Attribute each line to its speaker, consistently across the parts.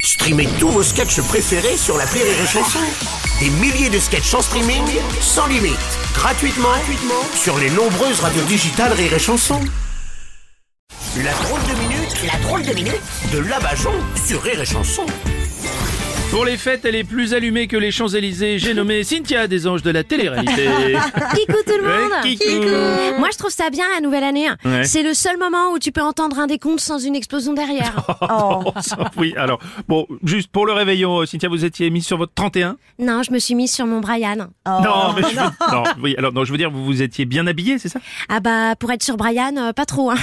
Speaker 1: Streamez tous vos sketchs préférés sur la Rire et Chanson. Des milliers de sketchs en streaming, sans limite, gratuitement, gratuitement sur les nombreuses radios digitales Rire et Chanson. La drôle de minute, la drôle de minute de Labajon sur Rire et Chanson.
Speaker 2: Pour les fêtes, elle est plus allumée que les Champs-Élysées. J'ai nommé Cynthia des anges de la télé-réalité.
Speaker 3: Kikou tout le
Speaker 2: Ouais,
Speaker 3: monde
Speaker 2: kikou.
Speaker 3: Moi je trouve ça bien la nouvelle année. hein.
Speaker 2: Ouais.
Speaker 3: C'est le seul moment où tu peux entendre un décompte sans une explosion derrière.
Speaker 2: Oh.
Speaker 3: Oh.
Speaker 2: oui, alors, bon, juste pour le réveillon, euh, Cynthia, vous étiez mise sur votre 31
Speaker 3: Non, je me suis mise sur mon Brian.
Speaker 2: Non, mais je veux... non, oui, alors, non, je veux dire, vous vous étiez bien habillée, c'est ça
Speaker 3: Ah bah pour être sur Brian, euh, pas trop. hein.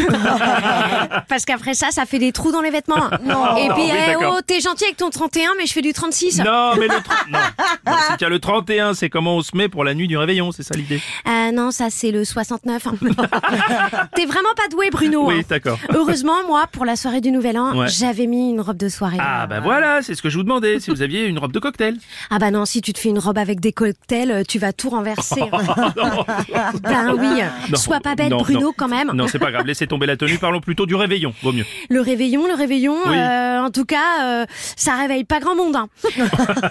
Speaker 3: Parce qu'après ça, ça fait des trous dans les vêtements. Et
Speaker 2: Non,
Speaker 3: puis,
Speaker 2: oui,
Speaker 3: eh,
Speaker 2: d'accord.
Speaker 3: oh, t'es gentil avec ton 31, mais je fais du 36.
Speaker 2: Non, mais le... tr- Non. Non, Cynthia, le 31, c'est comment on se met pour la nuit du réveillon, c'est ça l'idée
Speaker 3: Ah non, ça c'est le 69. hein. T'es vraiment pas doué, Bruno.
Speaker 2: Oui,
Speaker 3: hein.
Speaker 2: d'accord.
Speaker 3: Heureusement, moi, pour la soirée du Nouvel An,
Speaker 2: Ouais.
Speaker 3: j'avais mis une robe de soirée.
Speaker 2: Ah, bah voilà, c'est ce que je vous demandais, si vous aviez une robe de cocktail.
Speaker 3: Ah bah non, si tu te fais une robe avec des cocktails, euh, tu vas tout renverser. ben oui,
Speaker 2: Non,
Speaker 3: sois pas belle
Speaker 2: Oh, non,
Speaker 3: Bruno
Speaker 2: non.
Speaker 3: quand même.
Speaker 2: Non, c'est pas grave, laissez tomber la tenue, parlons plutôt du réveillon, vaut mieux.
Speaker 3: Le réveillon, le réveillon,
Speaker 2: Oui.
Speaker 3: euh, en tout cas, euh, ça réveille pas grand monde. hein.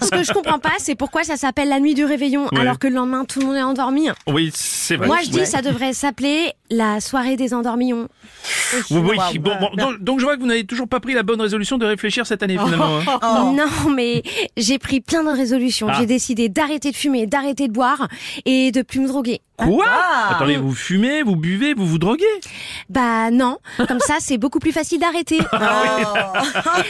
Speaker 3: Ce que je comprends pas, c'est pourquoi ça s'appelle la nuit du réveillon,
Speaker 2: Ouais.
Speaker 3: alors que le lendemain tout le monde est endormi.
Speaker 2: Oui, c'est vrai.
Speaker 3: Moi je dis
Speaker 2: Ouais.
Speaker 3: ça devrait s'appeler la soirée des endormillons.
Speaker 2: Oui, oui, bon, bon, donc, donc je vois que vous n'avez toujours pas pris la bonne résolution de réfléchir cette année finalement. hein.
Speaker 3: Non mais j'ai pris plein de résolutions.
Speaker 2: Ah.
Speaker 3: J'ai décidé d'arrêter de fumer, d'arrêter de boire et de plus me droguer.
Speaker 2: Quoi Attendez, vous fumez, vous buvez, vous vous droguez
Speaker 3: Bah non, comme ça c'est beaucoup plus facile d'arrêter.
Speaker 2: Ah,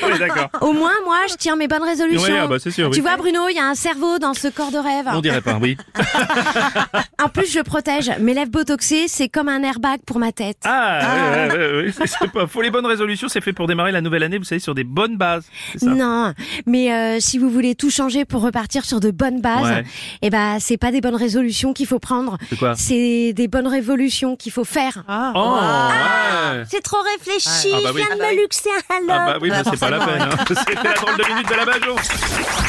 Speaker 2: Oui, d'accord.
Speaker 3: Au moins, moi, je tiens mes bonnes résolutions.
Speaker 2: Ouais, ah bah, c'est sûr, oui.
Speaker 3: Tu vois, Bruno, il y a un cerveau dans ce corps de rêve.
Speaker 2: On dirait pas, oui.
Speaker 3: En plus, je protège. Mes lèvres botoxées, c'est comme un airbag pour ma tête.
Speaker 2: Ah, ouais, ouais, ouais, ouais, c'est- c'est pas faux. Les bonnes résolutions, c'est fait pour démarrer la nouvelle année, vous savez, sur des bonnes bases. C'est ça.
Speaker 3: Non, mais euh, si vous voulez tout changer pour repartir sur de bonnes bases,
Speaker 2: Ouais.
Speaker 3: eh ben c'est pas des bonnes résolutions qu'il faut prendre.
Speaker 2: C'est quoi
Speaker 3: C'est des bonnes révolutions qu'il faut faire.
Speaker 2: Oh, ouais.
Speaker 3: J'ai trop réfléchi,
Speaker 2: Ah bah oui.
Speaker 3: je viens de me luxer un
Speaker 2: Ah bah oui, bah, c'est pas la peine. hein. C'était la drôle de minute de la Bajon.